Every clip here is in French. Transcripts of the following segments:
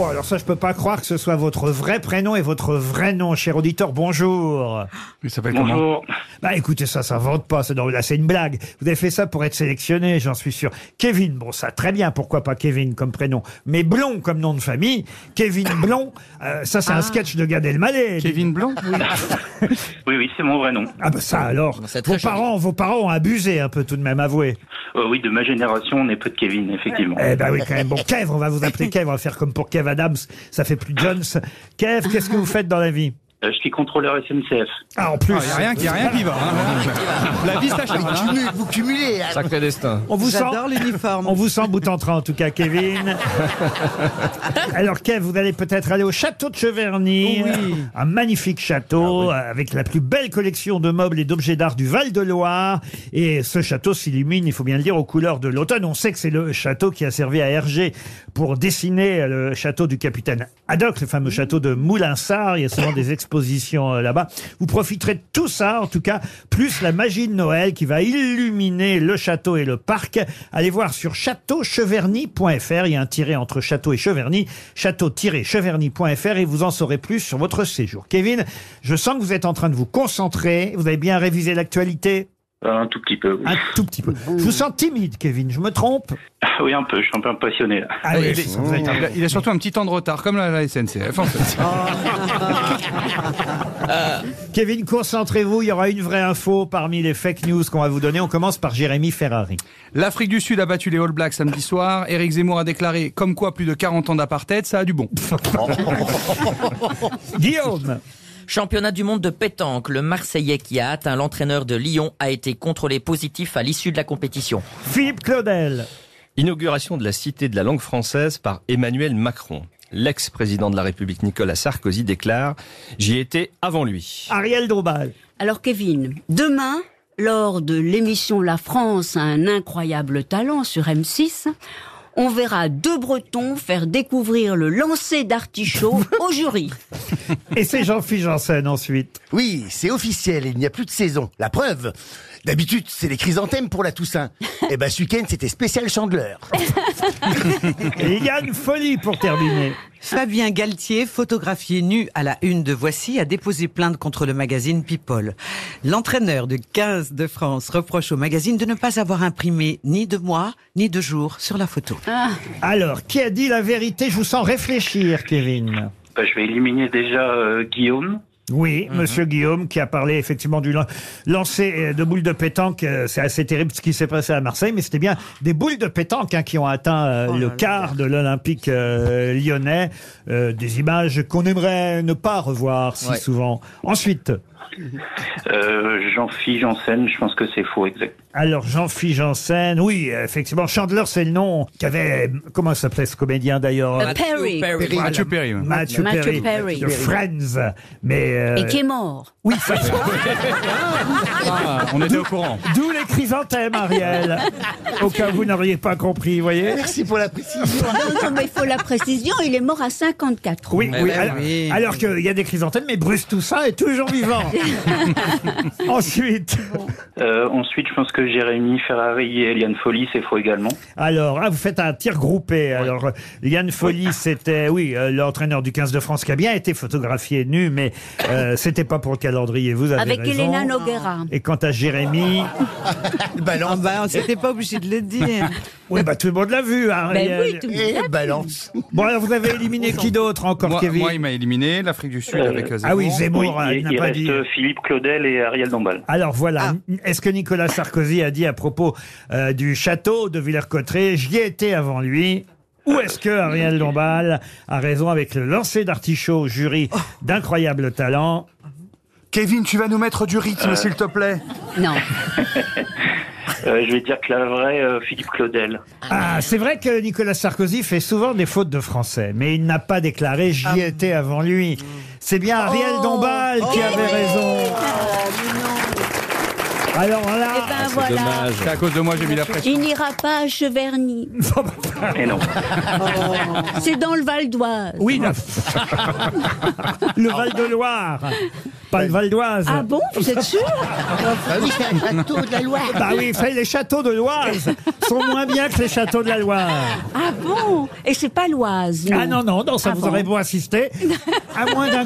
Oh, alors ça, je peux pas croire que ce soit votre vrai prénom et votre vrai nom, cher auditeur. Bonjour. Il s'appelle comment Bonjour. Bah écoutez, ça, ça vante pas. C'est drôle, là, c'est une blague. Vous avez fait ça pour être sélectionné, j'en suis sûr. Kevin, bon, ça très bien. Pourquoi pas Kevin comme prénom, mais Blond comme nom de famille. Kevin Blond, euh, ça, Ah. c'est un sketch de Gad Elmaleh. Kevin Blanc Oui, oui, c'est mon vrai nom. Ah bah ça alors. c'est Vos très joli. parents, vos parents ont abusé un peu tout de même, avouez. Euh, oui, de ma génération, on est peu de Kevin, effectivement. Eh ben oui, quand même. Bon, Kev, on va vous appeler Kev. On va faire comme pour Kev Adams. Ça fait plus Jones. Kev, qu'est-ce que vous faites dans la vie Euh, je suis contrôleur SNCF. Ah, en plus. Il n'y a rien qui, y a rien qui va. hein. La vie s'achève. hein. Vous cumulez. là. Sacré destin. On vous sent. J'adore l'uniforme. On vous sent bout en train, en tout cas, Kevin. Alors, Kev, vous allez peut-être aller au château de Cheverny. Un magnifique Ah château euh, avec la plus belle collection de meubles et d'objets d'art du Val-de-Loire. Et ce château s'illumine, il faut bien le dire, aux couleurs de l'automne. On sait que c'est le château qui a servi à Hergé pour dessiner le château du capitaine Haddock, le fameux château de Moulinsart. Il y a souvent des expositions euh, là-bas. Vous profiterez de tout ça, en tout cas, plus la magie de Noël qui va illuminer le château et le parc. Allez voir sur châteaucheverny.fr. Il y a un tiret entre château et cheverny. Château-cheverny.fr et vous en saurez plus sur votre séjour. Kevin, je sens que vous êtes en train de vous concentrer. Vous avez bien révisé l'actualité. Euh, un tout petit peu. oui. Un tout petit peu. Je vous sens timide, Kevin. Je me trompe. Oui, un peu, je suis un peu impressionné. Là. Ah oui, Il est- vous êtes un- il a- il a surtout un petit temps de retard, comme la, la SNCF en fait. Kevin, concentrez-vous. Il y aura une vraie info parmi les fake news qu'on va vous donner. On commence par Jérémy Ferrari. L'Afrique du Sud a battu les All Blacks samedi soir. Eric Zemmour a déclaré comme quoi plus de 40 ans d'apartheid, ça a du bon. Guillaume. Championnat du monde de pétanque, le Marseillais qui a atteint l'entraîneur de Lyon a été contrôlé positif à l'issue de la compétition. Philippe Claudel. Inauguration de la Cité de la langue française par Emmanuel Macron. L'ex-président de la République Nicolas Sarkozy déclare « J'y étais avant lui Ariel Dombal. Alors Kevin, demain, lors de l'émission La France a un incroyable talent sur M6, on verra deux Bretons faire découvrir le lancer d'artichaut au jury. Et c'est Jean-Philippe Janssen ensuite. Oui, c'est officiel, il n'y a plus de saison. La preuve D'habitude, c'est les chrysanthèmes pour la Toussaint. Eh ben, ce week-end, c'était spécial chandeleur. Et il y a une folie pour terminer. Fabien Galtier, photographié nu à la une de Voici, a déposé plainte contre le magazine People. L'entraîneur de 15 de France reproche au magazine de ne pas avoir imprimé ni de mois ni de jour sur la photo. Ah, Alors, qui a dit la vérité Je vous sens réfléchir, Kevin. Bah, je vais éliminer déjà euh, Guillaume. Mhm. Oui, monsieur Guillaume, qui a parlé effectivement du lan- lancer euh, de boules de pétanque. euh, C'est assez terrible ce qui s'est passé à Marseille, mais c'était bien des boules de pétanque hein, qui ont atteint euh, Oh là le là. quart de l'Olympique euh, lyonnais. Euh, des images qu'on aimerait ne pas revoir si Ouais. souvent. Ensuite, Euh, Jean-Philippe Janssen, je pense que c'est faux, exact. Alors, Jean-Philippe Janssen, oui, euh, effectivement, Chandler, c'est le nom qu'avait, comment s'appelait ce comédien d'ailleurs Euh, Perry. Mathieu Perry. ouais. Matthew, Matthew Perry, Perry. de Friends. Mais, euh, Et qui est mort. oui, ça, c'est- Ah, on était au courant. d'où les chrysanthèmes, Ariel. Au cas où vous n'auriez pas compris, vous voyez Merci pour la précision. Non, mais il faut la précision, il est mort à 54 oui, Mais oui, oui. alors, alors qu'il y a des chrysanthèmes, mais Bruce Toussaint est toujours vivant. Ensuite, Euh, ensuite, je pense que Jérémy Ferrari et Eliane Folly, c'est faux également. alors, ah, vous faites un tir groupé. Alors, euh, Yann Folly, c'était, oui, euh, l'entraîneur du 15 de France qui a bien été photographié nu, mais euh, c'était pas pour le calendrier, vous avez Avec raison. Elena Noguera. Et quant à Jérémy, Ah Balance. bah, on s'était pas obligé de le dire. oui, bah, tout le monde l'a vu. hein, Ben Ariel. oui, tout Et balance. Bon, alors vous avez éliminé qui d'autre encore, Moi, Kevin moi, il m'a éliminé. L'Afrique du Sud avec euh, Ah oui, Zemmour. Zemmour, Oui, hein, il il, n'a il pas reste dit. euh, Philippe Claudel et Ariel Dombal. Alors voilà, Ah. est-ce que Nicolas Sarkozy a dit à propos euh, du château de Villers-Cotterêts, j'y étais avant lui ou est-ce que Ariel Dombal a raison avec le lancer d'artichaut au jury Oh. d'incroyable talent Kevin, tu vas nous mettre du Euh. rythme, s'il te plaît. Ben Non. Ah, Euh, je vais dire que la vraie, euh, Philippe Claudel. Ah, c'est vrai que Nicolas Sarkozy fait souvent des fautes de français, mais il n'a pas déclaré j'y Ah. étais avant lui. Oh. C'est bien Ariel Dombal qui avait raison. Alors Ah, Eh là, ben voilà. C'est à cause de moi, j'ai mis la pression. Il n'ira pas à Cheverny. Ah. Et non. C'est dans le Val d'Oise. oui, non. le Val de Loire, pas le Val d'Oise. Ah bon, vous êtes sûr Bah oui, ça, les châteaux de l'Oise sont moins bien que les châteaux de la Loire. Ah bon Et c'est pas l'Oise. Ah non, non, non, ça Ah vous bon aurait beau assister. À moins d'un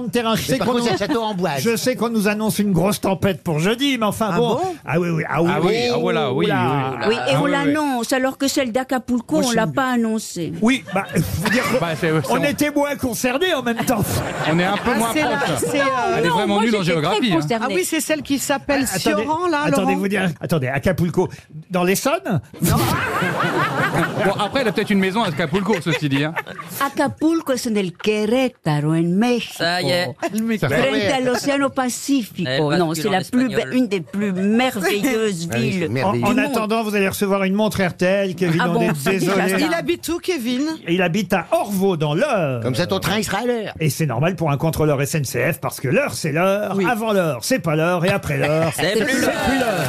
Non. de terrain. Je sais qu'on nous, château en bois. je sais qu'on nous annonce une grosse tempête pour jeudi, mais enfin bon. bon ah oui, oui, ah oui. Ah oui, ah voilà, oui, oula. oui, oula. Oui, Ah et on oui, oui. l'annonce, alors que celle d'Acapulco, on l'a pas annoncée. Oui, bah, faut dire que Bah, c'est- c'est- on était moins concernés en même temps. On est un peu moins c'est la- proche. c'est, euh, Elle est Non, vraiment moi, nulle en j'étais géographie. très hein. concernée. Ah oui, c'est celle qui s'appelle Sioran, là, Ah, attendez, Laurent vous dire, attendez, Acapulco, dans l'Essonne Bon, après, elle a peut-être une maison à Acapulco, ceci dit. hein. Acapulco es en el Querétaro, en México. Ça y est. Ben Frente al Océano Pacifico. Eh, Elle bascule non, c'est en la plus, espagnol. be- une des plus merveilleuses villes. En, en Du monde. attendant, vous allez recevoir une montre RTL, Kevin, Ah on bon, est ça, désolé. déjà, Il habite où, Kevin Il habite à Orvaux, dans l'Eure. ça, ton train, il sera à l'heure. Et c'est normal pour un contrôleur SNCF parce que l'heure c'est l'heure, avant l'heure c'est pas l'heure et après l'heure Eh, C'est plus l'heure.